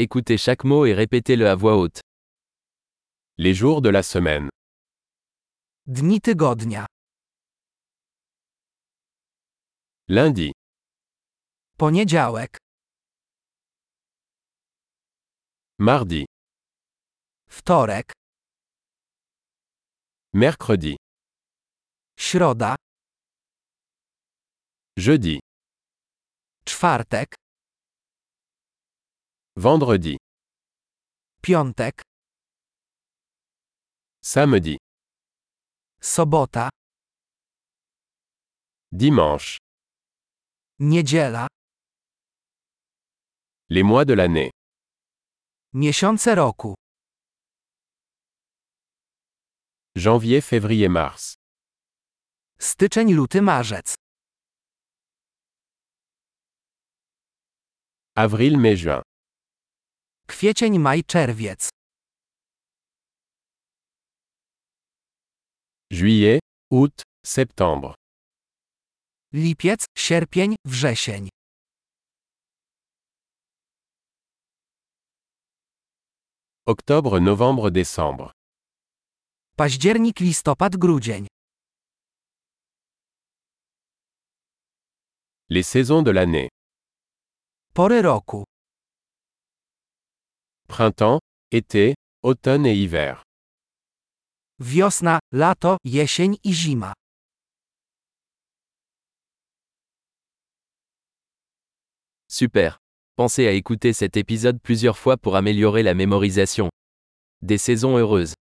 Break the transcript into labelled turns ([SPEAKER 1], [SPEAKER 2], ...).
[SPEAKER 1] Écoutez chaque mot et répétez-le à voix haute.
[SPEAKER 2] Les jours de la semaine.
[SPEAKER 3] Dni tygodnia.
[SPEAKER 2] Lundi,
[SPEAKER 3] Poniedziałek,
[SPEAKER 2] mardi,
[SPEAKER 3] wtorek,
[SPEAKER 2] mercredi,
[SPEAKER 3] środa,
[SPEAKER 2] jeudi,
[SPEAKER 3] czwartek,
[SPEAKER 2] vendredi,
[SPEAKER 3] piątek,
[SPEAKER 2] samedi,
[SPEAKER 3] sobota,
[SPEAKER 2] dimanche.
[SPEAKER 3] niedziela,
[SPEAKER 2] Les mois de l'année.
[SPEAKER 3] miesiące roku.
[SPEAKER 2] Janvier, février, mars.
[SPEAKER 3] Styczeń, luty, marzec,
[SPEAKER 2] Avril, mai, juin.
[SPEAKER 3] kwiecień, maj, czerwiec,
[SPEAKER 2] Juillet, août, septembre.
[SPEAKER 3] lipiec, sierpień, wrzesień,
[SPEAKER 2] Octobre, novembre, décembre.
[SPEAKER 3] październik, listopad, grudzień.
[SPEAKER 2] Les saisons de l'année.
[SPEAKER 3] Pory roku:
[SPEAKER 2] Printemps, été, automne et hiver.
[SPEAKER 3] wiosna, lato, jesień i zima.
[SPEAKER 1] Super. Pensez à écouter cet épisode plusieurs fois pour améliorer la mémorisation. Des saisons heureuses.